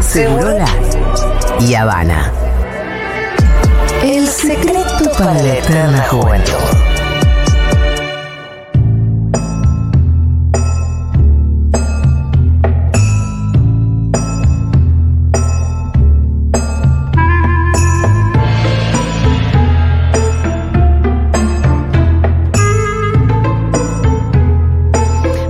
Segurola y Habana. El secreto para la eterna juventud.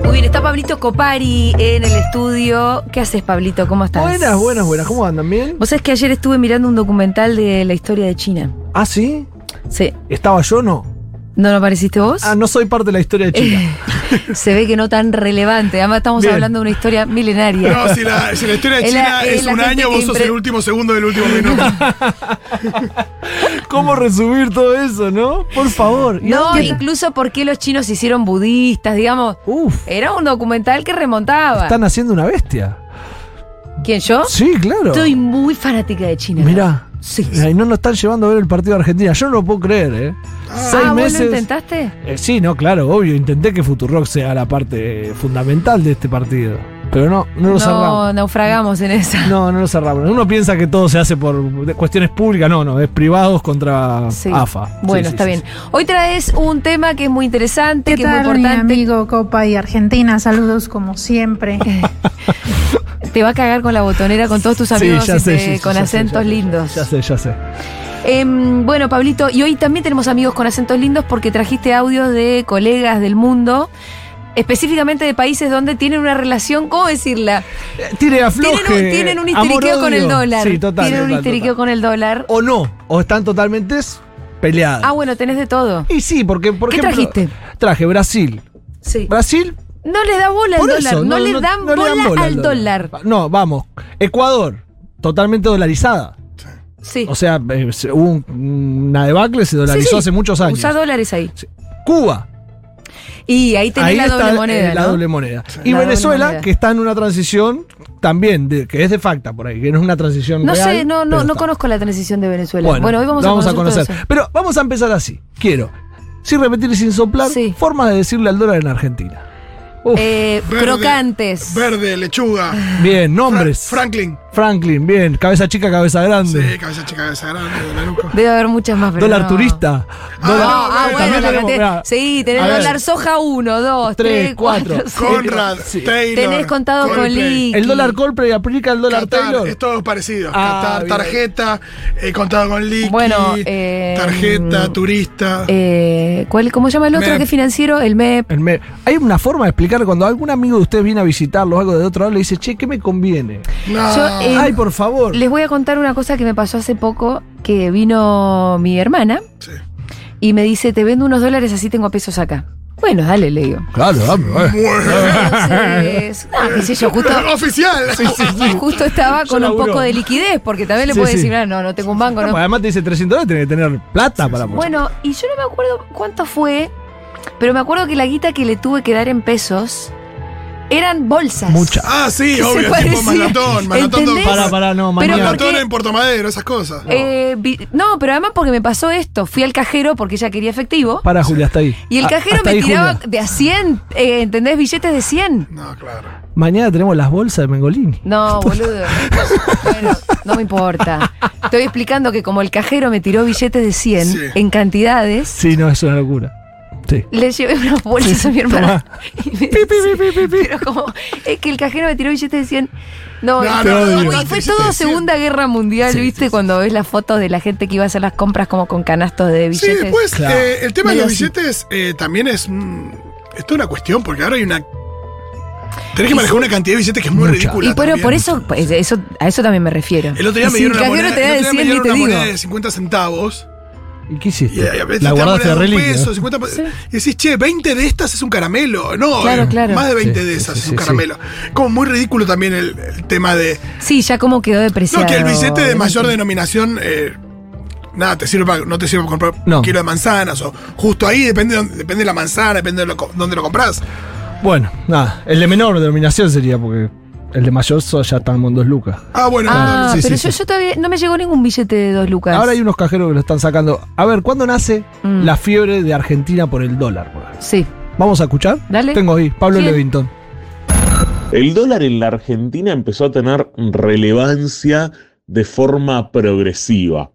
Muy bien, está Pablito Copari en el estudio. ¿Qué haces, Pablito? ¿Cómo estás? Buenas, buenas, buenas. ¿Cómo andan? ¿Bien? Vos sabés que ayer estuve mirando un documental de la historia de China. ¿Ah, sí? Sí. ¿Estaba yo o no? ¿No lo apareciste vos? Ah, no soy parte de la historia de China. Eh. Se ve que no tan relevante. Además, estamos Bien. hablando de una historia milenaria. No, si la, si la historia de Es la- China es es la un gente año, que vos sos impre- el último segundo del último minuto. ¿Cómo resumir todo eso, no? Por favor. ¿Y No, ahora qué- incluso por qué los chinos se hicieron budistas, digamos. Uf, Era un documental que remontaba. están haciendo una bestia. ¿Quién yo? Sí, claro. Estoy muy fanática de China. Mirá. Sí. Y no nos están llevando a ver el partido de Argentina. Yo no lo puedo creer, ¿eh? Seis ah, ¿vos meses. lo intentaste? Eh, sí, no, claro, obvio. Intenté que Futurock sea la parte eh, fundamental de este partido. Pero no, no lo cerramos. No, naufragamos en esa. No, no lo cerramos. Uno piensa que todo se hace por de- cuestiones públicas. No, no, es privados contra Sí. AFA. Sí, Bueno, sí, está sí, bien. sí. Hoy traes un tema que es muy interesante, ¿Qué que es tal, muy mi importante. amigo Copa y Argentina? Saludos como siempre. Te va a cagar con la botonera con todos tus amigos Sí, ya sé, este, sí, sí, con ya sé, acentos ya sé. lindos. Ya sé, ya sé. Eh, Em, bueno, Pablito, y hoy también tenemos amigos con acentos lindos porque trajiste audios de colegas del mundo, específicamente de países donde tienen una relación, ¿cómo decirla? Eh, Tire afloje. Tienen un, tienen un histeriqueo amor-odio. con el dólar. Sí, total. Tienen un total, histeriqueo total. con el dólar. O no, o están totalmente peleadas. Ah, bueno, tenés de todo. y sí, porque por ¿Qué ejemplo, trajiste? Traje Brasil. Sí. Brasil, No le da bola al por dólar, eso. no, le dan no bola al dólar. No, vamos. Ecuador, totalmente dolarizada. Sí. O sea, eh, se- hubo un- una debacle, se dolarizó Sí, sí. hace muchos años. Usa dólares ahí. Cuba, Y ahí tenés ahí la está doble eh, moneda. la ¿no? doble moneda. La Y doble Venezuela, moneda. que está en una transición también, de- que es de facto por ahí, que no es una transición No real, sé, no, pero no, no está. conozco la transición de Venezuela. Bueno, Bueno, hoy vamos, la a conocer. todo eso. Pero vamos a empezar así. Quiero, sin repetir y sin soplar, Sí. formas de decirle al dólar en Argentina. Uf, Eh, Verde, crocantes. Verde, lechuga. bien, Fra- nombres. Franklin. Franklin, bien. Cabeza chica, cabeza grande. Sí, cabeza chica, cabeza grande, de la nuca. Debe haber muchas más, pero dólar no. turista. Ah, No, dólar- ah, Dólar- bueno, también la tenemos, metés- mirá, sí, tenés A ver. dólar soja 1, 2, 3, Tres, 4. cuatro. Conrad, Sí. Taylor. Tenés contado con Coldplay, Lee. El dólar Coldplay aplica el dólar Qatar, Taylor. es todos parecidos. Ah, Qatar, bien. tarjeta, eh, contado con liqui, Bueno, eh, tarjeta, turista. Eh, ¿cuál, ¿Cómo se llama el otro MEP. que es financiero? El MEP. El me- Hay una forma de explicar cuando algún amigo de ustedes viene a visitarlo o algo de otro lado le dice, che, ¿qué me conviene? no. yo, eh, Ay, por favor. Les voy a contar una cosa que me pasó hace poco, que vino mi hermana Sí. y me dice, te vendo unos dólares así tengo pesos acá. Bueno, dale, le digo. Claro, Entonces, ah, qué sé yo, justo, Oficial. justo estaba Yo con un laburo. poco de liquidez, porque también le Sí, puedo sí. decir, "Ah, no, no tengo un banco, no. Además te dice 300 dólares, tiene que tener plata para poder. Bueno, y yo no me acuerdo cuánto fue, pero me acuerdo que la guita que le tuve que dar en pesos eran bolsas. Mucha. Ah, sí, Que se obvio, tipo parecía. maratón, maratón, ¿Entendés? para, Para, para, no, Pero mañana. porque- en Puerto Madero, esas cosas. Eh, vi- no, pero además porque me pasó esto. Fui al cajero porque ella quería efectivo. Para, Julia, hasta ahí. Y el Ah, cajero hasta me ahí, tiraba Julia. de a 100, eh, ¿entendés? Billetes de 100. No, claro. Mañana tenemos las bolsas de Mengolini. No, boludo. Bueno, no me importa. Estoy explicando que como el cajero me tiró billetes de 100 Sí. en cantidades, Sí, no, es una locura. Sí. le llevé unas bolsas a mi hermana. Y me Pi, pi, dice, pi, pi, pi, pi. pero como, es que el cajero me tiró billetes de 100. No, No, y- no, no, y no, fue- no, fue billetes todo de 100. Segunda Guerra Mundial, Sí, ¿viste? sí, sí. Cuando ves las fotos de la gente que iba a hacer las compras como con canastos de Sí, billetes. después, Claro. eh, el tema de Medio los así. billetes eh, también es. mm, es toda una cuestión, porque ahora hay una. Tenés Y que manejar una cantidad de billetes que es muy Mucha. ridícula. y bueno, también. por eso, pues, eso, a eso también me refiero. El otro día Y si me dieron el una cajero moneda, te da el de otro 100, día me ni dieron te una digo. moneda de 50 centavos. ¿Y qué Y, hiciste? a- a veces la te dan guardaste de monedas de un reliquia. peso, 50 pe- Sí. Y decís, che, 20 de estas es un caramelo. No, Claro, eh, claro. más de 20 Sí, de sí, esas sí, es sí, un caramelo. Como muy ridículo también el, el tema de. Sí, ya como quedó depreciado. No, que el billete de mayor ¿viste? denominación. eh, Nada, te sirve para, no te sirve para comprar No. un kilo de manzanas o justo ahí, depende, de dónde- depende de la manzana, depende de lo co- dónde lo compras. Bueno, nada. El de menor denominación sería porque el de mayor so- ya están en dos lucas. Ah, bueno, Ah, sí, sí, pero sí. yo, yo todavía no me llegó ningún billete de dos lucas. Ahora hay unos cajeros que lo están sacando. A ver, ¿cuándo nace Mm. la fiebre de Argentina por el dólar? Sí. Vamos a escuchar. Dale. Tengo ahí, Pablo Sí. Levington. El dólar en la Argentina empezó a tener relevancia de forma progresiva.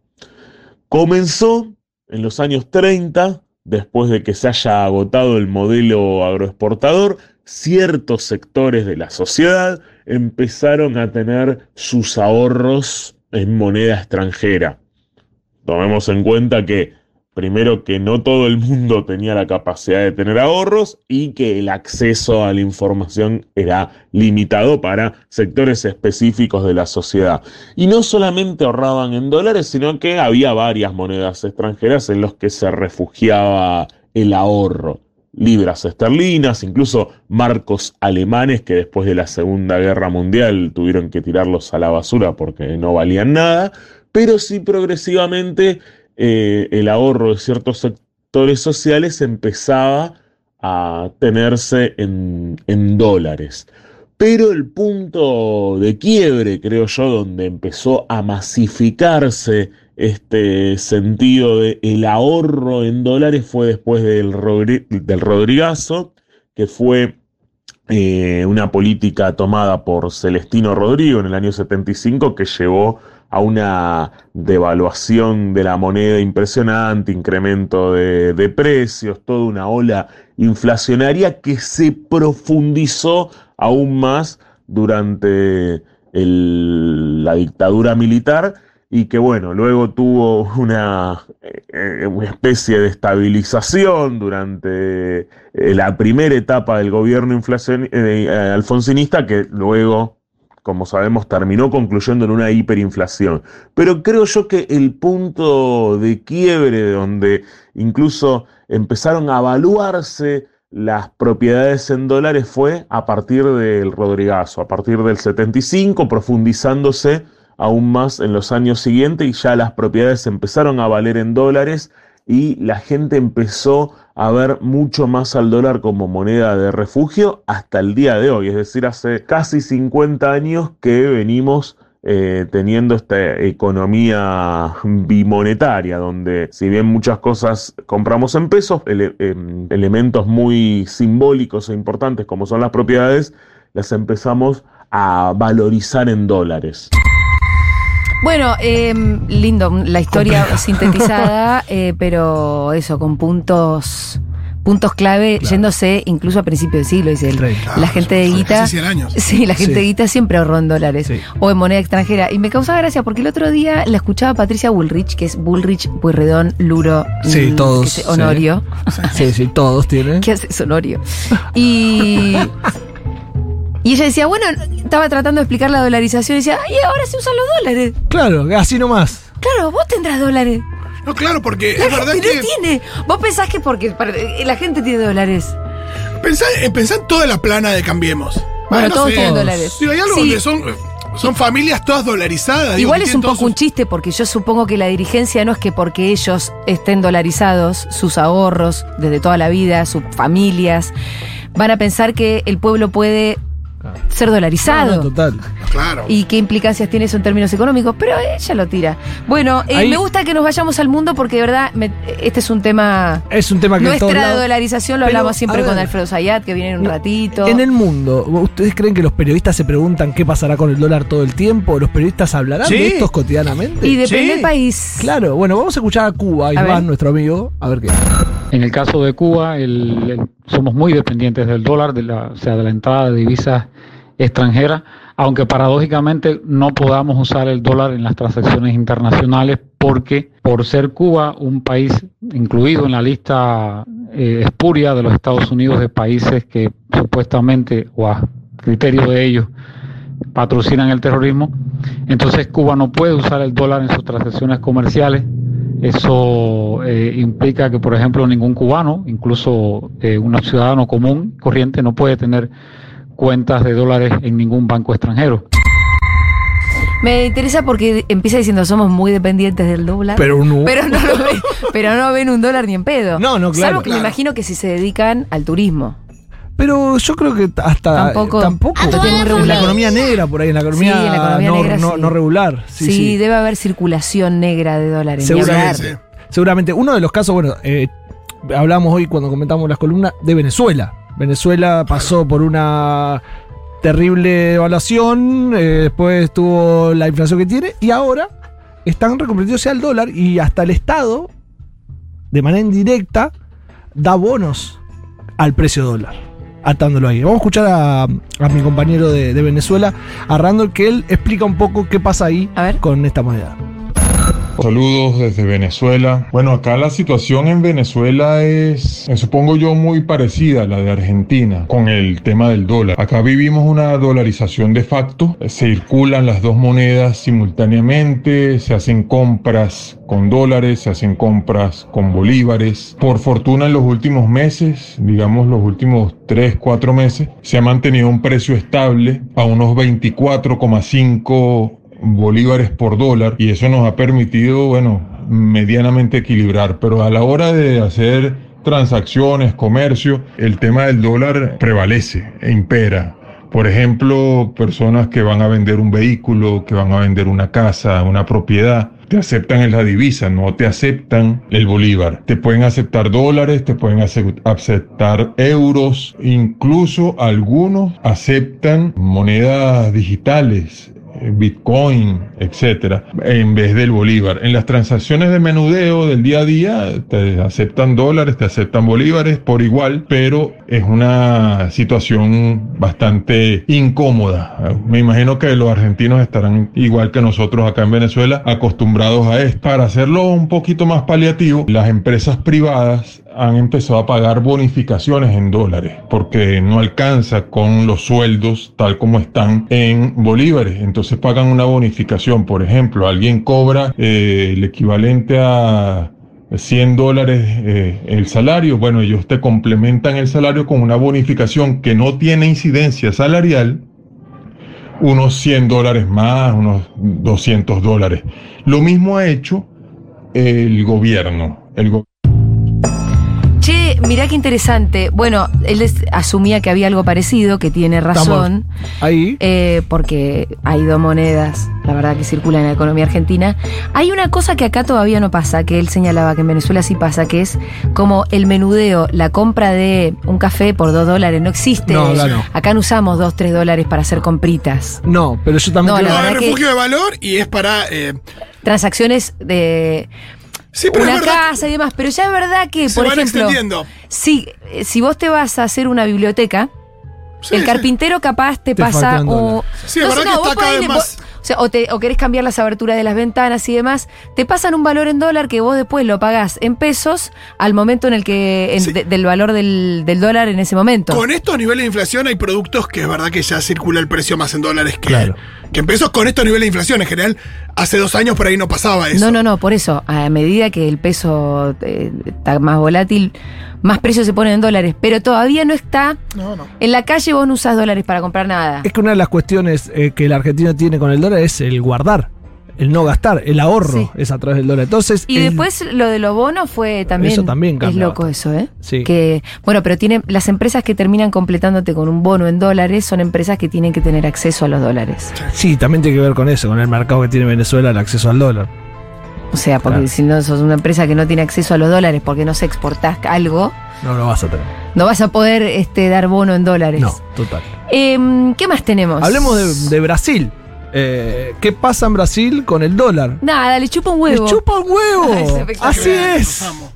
Comenzó en los años 30, después de que se haya agotado el modelo agroexportador, ciertos sectores de la sociedad empezaron a tener sus ahorros en moneda extranjera. Tomemos en cuenta que, primero, que no todo el mundo tenía la capacidad de tener ahorros y que el acceso a la información era limitado para sectores específicos de la sociedad. Y no solamente ahorraban en dólares, sino que había varias monedas extranjeras en las que se refugiaba el ahorro libras esterlinas, incluso marcos alemanes que después de la Segunda Guerra Mundial tuvieron que tirarlos a la basura porque no valían nada, pero sí progresivamente eh, el ahorro de ciertos sectores sociales empezaba a tenerse en, en dólares. Pero el punto de quiebre, creo yo, donde empezó a masificarse este sentido de el ahorro en dólares fue después del, Rodri del Rodrigazo, que fue eh, una política tomada por Celestino Rodrigo en el año 75 que llevó a una devaluación de la moneda impresionante, incremento de, de precios, toda una ola inflacionaria que se profundizó aún más durante el, la dictadura militar y que bueno, luego tuvo una, eh, una, especie de estabilización durante eh, la primera etapa del gobierno inflacion, eh, alfonsinista que luego, como sabemos, terminó concluyendo en una hiperinflación. Pero creo yo que el punto de quiebre donde incluso empezaron a evaluarse las propiedades en dólares fue a partir del Rodrigazo, a partir del 75, profundizándose aún más en los años siguientes y ya las propiedades empezaron a valer en dólares y la gente empezó a ver mucho más al dólar como moneda de refugio hasta el día de hoy, es decir, hace casi 50 años que venimos eh, teniendo esta economía bimonetaria, donde si bien muchas cosas compramos en pesos, ele eh, elementos muy simbólicos e importantes como son las propiedades, las empezamos a valorizar en dólares. Bueno, eh, lindo, la historia sintetizada, eh, pero eso, con puntos puntos clave, Claro. yéndose incluso a principios del siglo, dice él. Treinta, la gente de Hace guita. 100 años. Sí, la gente Sí. de guita siempre ahorró en dólares Sí. o en moneda extranjera. Y me causaba gracia porque el otro día la escuchaba Patricia Bullrich, que es Bullrich, Pueyrredón, Luro, Sí, mm, todos, que se- sí. Honorio. Sí, sí, todos tienen. ¿Qué hace Sonorio? Y. Y ella decía, bueno, estaba tratando de explicar la dolarización y decía, y ahora se usan los dólares. Claro, así nomás. Claro, vos tendrás dólares. No, claro, porque La es verdad gente que. no tiene. Vos pensás que porque para- eh, la gente tiene dólares. Pensá, eh, pensá en toda la plana de Cambiemos. Bueno, no todos sé. tienen dólares. Digo, hay algo Sí. que son, son familias todas dolarizadas. digo, Igual que es un tienen poco todos un chiste porque yo supongo que la dirigencia no es que porque ellos estén dolarizados, sus ahorros desde toda la vida, sus familias, van a pensar que el pueblo puede ser dolarizado. No, no, total. sus- Claro. y qué implicancias tiene eso en términos económicos, pero ella lo tira. Bueno, eh, Ahí- me gusta que nos vayamos al mundo porque de verdad me- este es un tema... Es un tema que en todos Nuestra lados- dolarización lo Pero, hablamos siempre a ver, con Alfredo Zayat, que viene en un no, ratito. En el mundo, ¿ustedes creen que los periodistas se preguntan qué pasará con el dólar todo el tiempo? ¿Los periodistas hablarán Sí. de estos cotidianamente? Y depende Sí. del país. Claro, bueno, vamos a escuchar a Cuba, Iván, ver. nuestro amigo, a ver qué. En el caso de Cuba, el- el- somos muy dependientes del dólar, de la, o sea, de la entrada de divisas extranjeras, aunque paradójicamente no podamos usar el dólar en las transacciones internacionales porque por ser Cuba un país incluido en la lista eh, espuria de los Estados Unidos de países que supuestamente, o a criterio de ellos, patrocinan el terrorismo, entonces Cuba no puede usar el dólar en sus transacciones comerciales. Eso eh, implica que, por ejemplo, ningún cubano, incluso eh, un ciudadano común, corriente, no puede tener cuentas de dólares en ningún banco extranjero. Me interesa porque empieza diciendo somos muy dependientes del dólar. Pero no. Pero no, lo ven, pero no ven un dólar ni en pedo. No, no, claro. Salvo que Claro. me imagino que si se dedican al turismo. Pero yo creo que hasta. Tampoco. tampoco. Ah, todavía no en la regular. economía negra, por ahí, en la economía, Sí, en la economía no, negra, no- sí. no regular. Sí, Sí, sí. debe haber circulación negra de dólares. ni hablar. Seguramente. Sí, sí. Seguramente. Uno de los casos, bueno, eh, hablamos hoy cuando comentamos las columnas de Venezuela. Venezuela pasó por una terrible evaluación, eh, después tuvo la inflación que tiene y ahora están reconvirtiéndose al dólar y hasta el Estado, de manera indirecta, da bonos al precio dólar. Atándolo ahí. Vamos a escuchar a, a mi compañero de, de Venezuela, a Randall, que él explica un poco qué pasa ahí A ver. con esta moneda. Saludos desde Venezuela. Bueno, acá la situación en Venezuela es, eh, supongo yo, muy parecida a la de Argentina con el tema del dólar. Acá vivimos una dolarización de facto, eh, circulan las dos monedas simultáneamente, se hacen compras con dólares, se hacen compras con bolívares. Por fortuna en los últimos meses, digamos los últimos 3, 4 meses, se ha mantenido un precio estable a unos 24,5 bolívares por dólar y eso nos ha permitido, bueno, medianamente equilibrar, pero a la hora de hacer transacciones, comercio, el tema del dólar prevalece e impera. Por ejemplo, personas que van a vender un vehículo, que van a vender una casa, una propiedad, te aceptan en la divisa, no te aceptan el bolívar. Te pueden aceptar dólares, te pueden ace- aceptar euros, incluso algunos aceptan monedas digitales, eh, Bitcoin, etcétera, en vez del bolívar. En las transacciones de menudeo del día a día te aceptan dólares, te aceptan bolívares por igual, pero es una situación bastante incómoda. Me imagino que los argentinos estarán igual que nosotros acá en Venezuela acostumbrados a esto. Para hacerlo un poquito más paliativo, las empresas privadas han empezado a pagar bonificaciones en dólares porque no alcanza con los sueldos tal como están en bolívares. Entonces pagan una bonificación. Por ejemplo, alguien cobra eh, el equivalente a 100 dólares eh, el salario. Bueno, ellos te complementan el salario con una bonificación que no tiene incidencia salarial unos 100 dólares más, unos 200 dólares. Lo mismo ha hecho el gobierno. El go- Che, mirá qué interesante. Bueno, él es- asumía que había algo parecido, que tiene razón. Ahí. eh, porque hay dos monedas, la verdad, que circulan en la economía argentina. Hay una cosa que acá todavía no pasa, que él señalaba que en Venezuela sí pasa, que es como el menudeo, la compra de un café por dos dólares no existe. No, acá no. Acá no usamos dos, tres dólares para hacer compritas. No, pero yo también No, creo- la No, verdad es que- refugio de valor y es para. eh, Transacciones de sí, pero una es verdad. casa y demás, pero ya es verdad que, que se por van ejemplo, extendiendo. si, eh, si vos te vas a hacer una biblioteca, Sí, el sí. carpintero capaz te, Te pasa faltan o, dólares. Sí, la sé, verdad que vos está cada podés- vez más- vos- o, sea, o te- o querés cambiar las aberturas de las ventanas y demás, te pasan un valor en dólar que vos después lo pagás en pesos al momento en el que en- Sí. de- del valor del, del dólar en ese momento. Con estos niveles de inflación hay productos que es verdad que ya circula el precio más en dólares que, Claro. que en pesos. Con estos niveles de inflación en general, hace dos años por ahí no pasaba eso. No, no, no, por eso, a medida que el peso eh, está más volátil, más precios se ponen en dólares, pero todavía no está No, no. en la calle vos no usás dólares para comprar nada. Es que una de las cuestiones eh, que el argentino tiene con el dólar es el guardar, el no gastar, el ahorro Sí. es a través del dólar. Entonces, Y el- después lo de los bonos fue también. Eso también Es cambia loco eso, ¿eh? Sí. Que, bueno, pero tienen, las empresas que terminan completándote con un bono en dólares son empresas que tienen que tener acceso a los dólares. sí, también tiene que ver con eso, con el mercado que tiene Venezuela, el acceso al dólar. O sea, porque Claro. si no sos una empresa que no tiene acceso a los dólares porque no se exportás algo, No lo vas a tener. no vas a poder este, dar bono en dólares. No, total. Em, ¿Qué más tenemos? Hablemos de, de Brasil. Eh, ¿Qué pasa en Brasil con el dólar? Nada, le chupa un ¡Le huevo. chupa un Es huevo! espectacular. Así es. Vamos.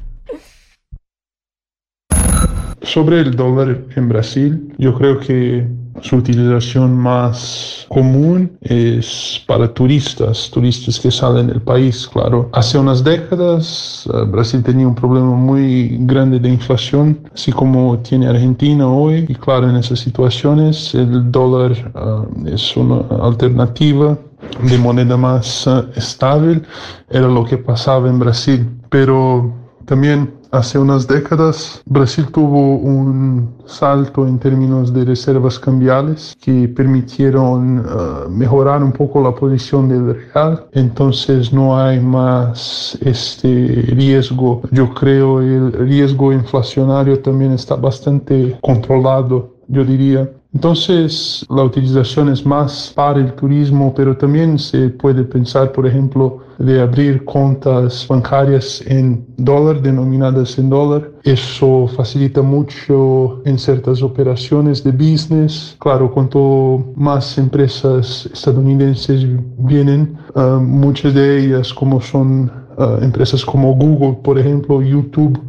Sobre el dólar en Brasil, yo creo que su utilización más común es para turistas, turistas que salen del país, claro. Hace unas décadas eh, Brasil tenía un problema muy grande de inflación, así como tiene Argentina hoy, y claro, en esas situaciones el dólar eh, es una alternativa de moneda más eh, estable, era lo que pasaba en Brasil, pero también hace unas décadas Brasil tuvo un salto en términos de reservas cambiales que permitieron eh, mejorar un poco la posición del real. Entonces no hay más este riesgo. Yo creo el riesgo inflacionario también está bastante controlado, yo diría. Entonces, la utilización es más para el turismo, pero también se puede pensar, por ejemplo, de abrir cuentas bancarias en dólar, denominadas en dólar. Eso facilita mucho en ciertas operaciones de business. Claro, cuanto más empresas estadounidenses vienen, uh, muchas de ellas, como son uh, empresas como Google, por ejemplo, YouTube,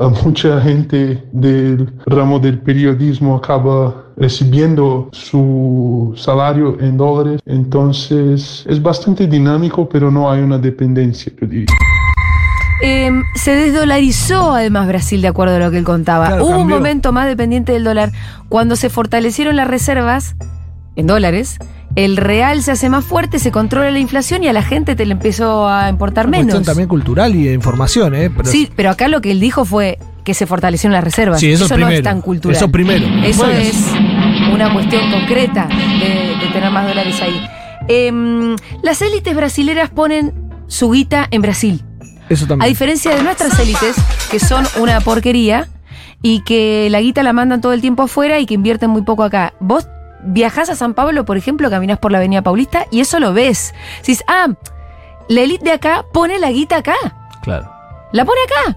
a mucha gente del ramo del periodismo acaba recibiendo su salario en dólares. Entonces es bastante dinámico, pero no hay una dependencia, yo diría. Eh, se desdolarizó además Brasil, de acuerdo a lo que él contaba. Claro, Hubo un cambió. momento más dependiente del dólar. Cuando se fortalecieron las reservas en dólares, el real se hace más fuerte, se controla la inflación y a la gente te le empezó a importar Una menos. cuestión también cultural y de información, ¿eh? Pero- sí, pero acá lo que él dijo fue que se fortalecieron las reservas. Sí, eso, es no primero. es tan cultural. Eso primero. Eso Bueno, es una cuestión concreta de, de tener más dólares ahí. Em, las élites brasileras ponen su guita en Brasil. Eso A también. diferencia de nuestras élites, que son una porquería y que la guita la mandan todo el tiempo afuera y que invierten muy poco acá. Vos viajás a San Pablo, por ejemplo, caminás por la Avenida Paulista y eso lo ves. Dices, ah, la élite de acá pone la guita acá. Claro. La pone acá.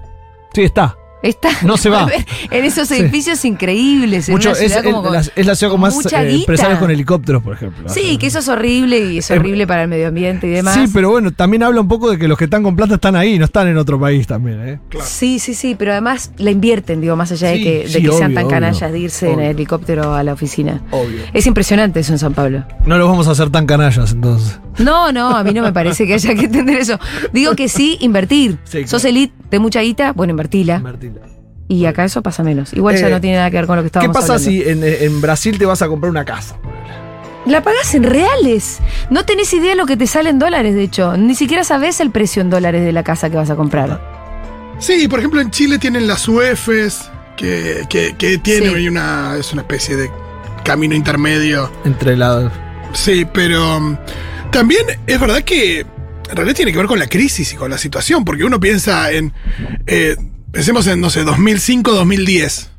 Sí, está. Está No se va. en esos Sí. edificios increíbles. en Mucho- una es, ciudad como es- con- la, es la ciudad con más mucha eh, guita. empresarios con helicópteros, por ejemplo. Sí, que eso es horrible y es horrible para el medio ambiente y demás. Sí, pero bueno, también habla un poco de que los que están con plata están ahí, no están en otro país también, ¿eh? Sí, sí, sí, pero además la invierten, digo, más allá de Sí, que, de sí, que sean obvio, tan obvio. canallas de irse en Obvio. helicóptero a la oficina. Obvio. Es impresionante eso en San Pablo. No los vamos a hacer tan canallas, entonces. No, no, a mí no me parece que haya que entender eso. Digo que sí, invertir. Sí, claro. Sos elite de mucha guita, bueno, invertila. Y acá eso pasa menos. Igual ya Eh, no tiene nada que ver con lo que ¿Qué estábamos pasa hablando. si en, en Brasil te vas a comprar una casa? La pagás en reales. No tenés idea lo que te sale en dólares, de hecho. Ni siquiera sabés el precio en dólares de la casa que vas a Ah. comprar. Sí, por ejemplo, en Chile tienen las UEFs, que, que, que tiene Sí. ahí una, es una especie de camino intermedio. Entre la. Sí, pero mm, también es verdad que en realidad tiene que ver con la crisis y con la situación, porque uno piensa en, eh, pensemos en, no sé, 2005, 2010.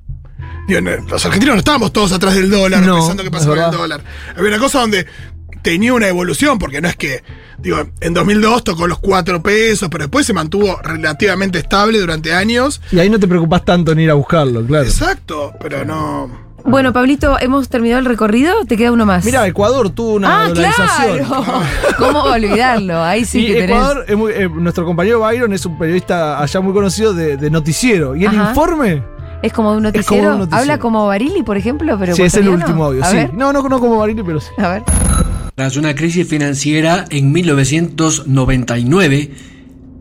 Digo, no, los argentinos no estábamos todos atrás del dólar, No, pensando qué es pasa con el verdad. dólar. Había una cosa donde tenía una evolución, porque no es que, digo, en 2002 tocó los 4 pesos, pero después se mantuvo relativamente estable durante años. Y ahí no te preocupas tanto en ir a buscarlo, claro. Exacto, pero no... Bueno, Pablito, hemos terminado el recorrido. Te queda uno más. Mira, Ecuador tuvo una ah, dolarización. claro. ¿Cómo olvidarlo? Ahí sí y que tenés. Ecuador, es muy- eh, nuestro compañero Byron es un periodista allá muy conocido de, de noticiero. Y el Ajá. informe, ¿Es como un noticiero? como un noticiero. ¿Habla como Barili, por ejemplo? Pero sí, es el ecuatoriano? último audio. A sí. ver, No, no, no como Barili, pero sí. a ver. Tras una crisis financiera en 1999,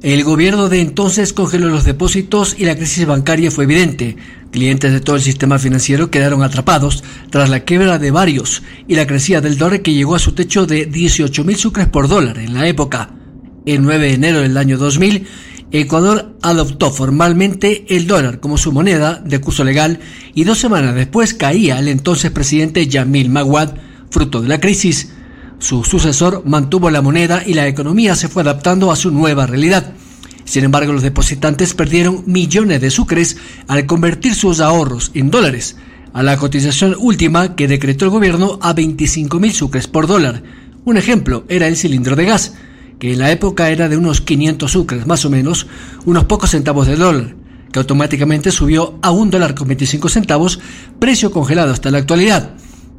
el gobierno de entonces congeló los depósitos y la crisis bancaria fue evidente. Clientes de todo el sistema financiero quedaron atrapados tras la quiebra de varios y la crecida del dólar que llegó a su techo de 18.000 sucres por dólar en la época. El 9 de enero del año 2000, Ecuador adoptó formalmente el dólar como su moneda de curso legal y dos semanas después caía el entonces presidente Yamil Maguad, fruto de la crisis. Su sucesor mantuvo la moneda y la economía se fue adaptando a su nueva realidad. Sin embargo, los depositantes perdieron millones de sucres al convertir sus ahorros en dólares, a la cotización última que decretó el gobierno a 25.000 sucres por dólar. Un ejemplo era el cilindro de gas, que en la época era de unos 500 sucres más o menos, unos pocos centavos de dólar, que automáticamente subió a un dólar con 25 centavos, precio congelado hasta la actualidad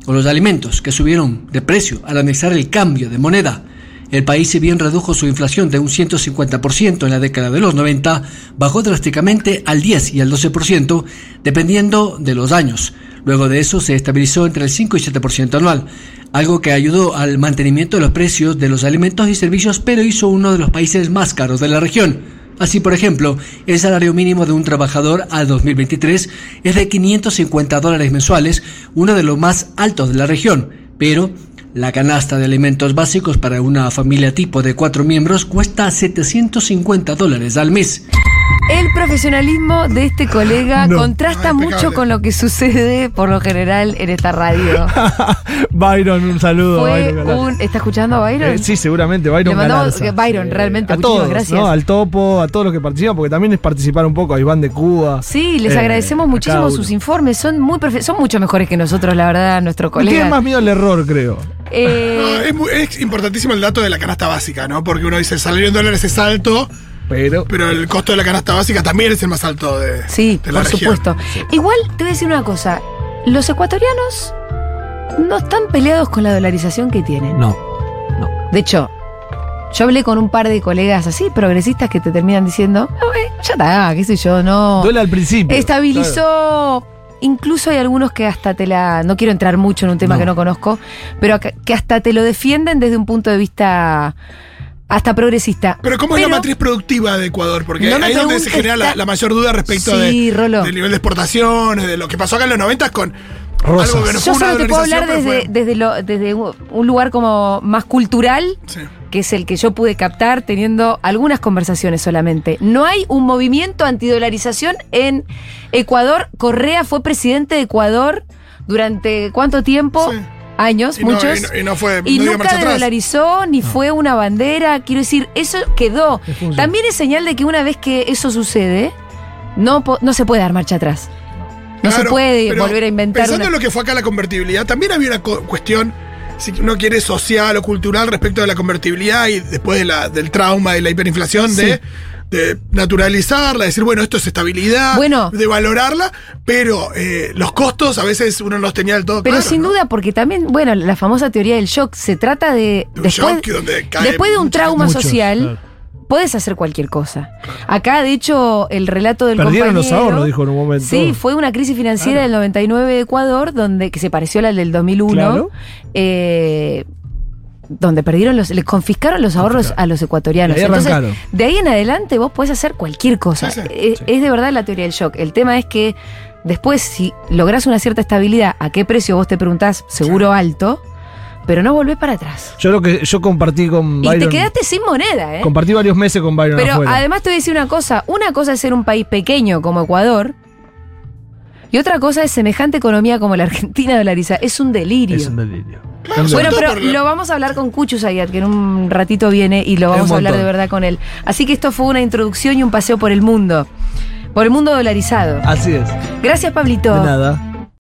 o los alimentos que subieron de precio al anexar el cambio de moneda. El país, si bien redujo su inflación de un 150% en la década de los 90, bajó drásticamente al 10 y al 12%, dependiendo de los años. Luego de eso se estabilizó entre el 5 y 7% anual, algo que ayudó al mantenimiento de los precios de los alimentos y servicios, pero hizo uno de los países más caros de la región. Así, por ejemplo, el salario mínimo de un trabajador al 2023 es de 550 dólares mensuales, uno de los más altos de la región, pero la canasta de alimentos básicos para una familia tipo de cuatro miembros cuesta 750 dólares al mes. El profesionalismo de este colega No. contrasta No, mucho impecable. con lo que sucede por lo general en esta radio. Byron, un saludo. Fue Byron Galán. un. ¿Está escuchando a Byron? Eh, sí, seguramente, Byron Le mandamos- Galarza. que Byron, realmente, a muchísimas todos, gracias. ¿no? Al Topo, a todos los que participan, porque también es participar un poco, a Iván de Cuba. Sí, les Eh, agradecemos a cada muchísimo uno. sus informes. Son muy perfe- son mucho mejores que nosotros, la verdad, nuestro Tienen colega. más miedo al error, creo. No, Eh, es, muy- es importantísimo el dato de la canasta básica, ¿no? Porque uno dice el salario en dólares es alto, Pero. pero el costo de la canasta básica también es el más alto de, sí, de la por región. supuesto. Igual te voy a decir una cosa. Los ecuatorianos no están peleados con la dolarización que tienen. No. De hecho, yo hablé con un par de colegas así, progresistas, que te terminan diciendo, "No, eh, ya está, qué sé yo, no. Duele al principio. Oh. Estabilizó. Incluso hay algunos que hasta te la. No quiero entrar mucho en un tema No. que no conozco, pero que, que hasta te lo defienden desde un punto de vista hasta progresista. Pero ¿cómo es Pero- la matriz productiva de Ecuador? Porque No me ahí es donde se preguntes genera la, ta- la mayor duda respecto de- Sí, Rolo. del nivel de exportaciones, de lo que pasó acá en los 90 con Rosas. algo que no fue Yo una solo te puedo dolarización, hablar pero desde, desde, lo- desde un lugar como más cultural, fue- sí. que es el que yo pude captar teniendo algunas conversaciones solamente. No hay un movimiento antidolarización en Ecuador. Correa fue presidente de Ecuador durante cuánto tiempo? Sí. Años, Y no- muchos. y no- y no fue- Y no dio nunca marcha atrás. dolarizó, ni fue una bandera. Quiero decir, eso quedó. También es señal de que una vez que eso sucede, no, po- no se puede dar marcha atrás. No se Claro, puede pero volver a inventar. Pensando una- en lo que fue acá la convertibilidad, también había una co- cuestión, si uno quiere, social o cultural respecto de la convertibilidad y después de la- del trauma y la hiperinflación de, de naturalizarla, decir, bueno, esto es estabilidad, Bueno. de valorarla, pero eh, los costos a veces uno no los tenía del todo Pero claros, sin ¿no? duda, porque también, bueno, la famosa teoría del shock, se trata de. De un después, shock donde cae después de un mucha- trauma muchos, social, claro. puedes hacer cualquier cosa. Acá, de hecho, el relato del Perdieron los compañero. ahorros, dijo en un momento. Sí, fue una crisis financiera del 99 de Ecuador, donde, que se pareció a la del 2001. Claro. eh, donde perdieron los, les confiscaron los ahorros a los ecuatorianos. Y ahí Entonces, arrancaron. de ahí en adelante vos podés hacer cualquier cosa. Sí, sí, es, es de verdad la teoría del shock. El tema es que después, si lográs una cierta estabilidad, ¿a qué precio vos te preguntás? Seguro alto, pero no volvés para atrás. Yo lo que yo compartí con Y te Byron. quedaste sin moneda, ¿eh? Compartí varios meses con Byron Pero afuera. además te voy a decir una cosa. Una cosa es ser un país pequeño como Ecuador. Y otra cosa es semejante economía como la Argentina dolariza. Es un delirio. es un delirio. Claro, sobre Bueno, todo pero por la- lo vamos a hablar con Cuchu Sayat, que en un ratito viene y lo vamos un a hablar de montón. verdad con él. Así que esto fue una introducción y un paseo por el mundo. Por el mundo dolarizado. Así es. Gracias, Pablito. Ah. De nada.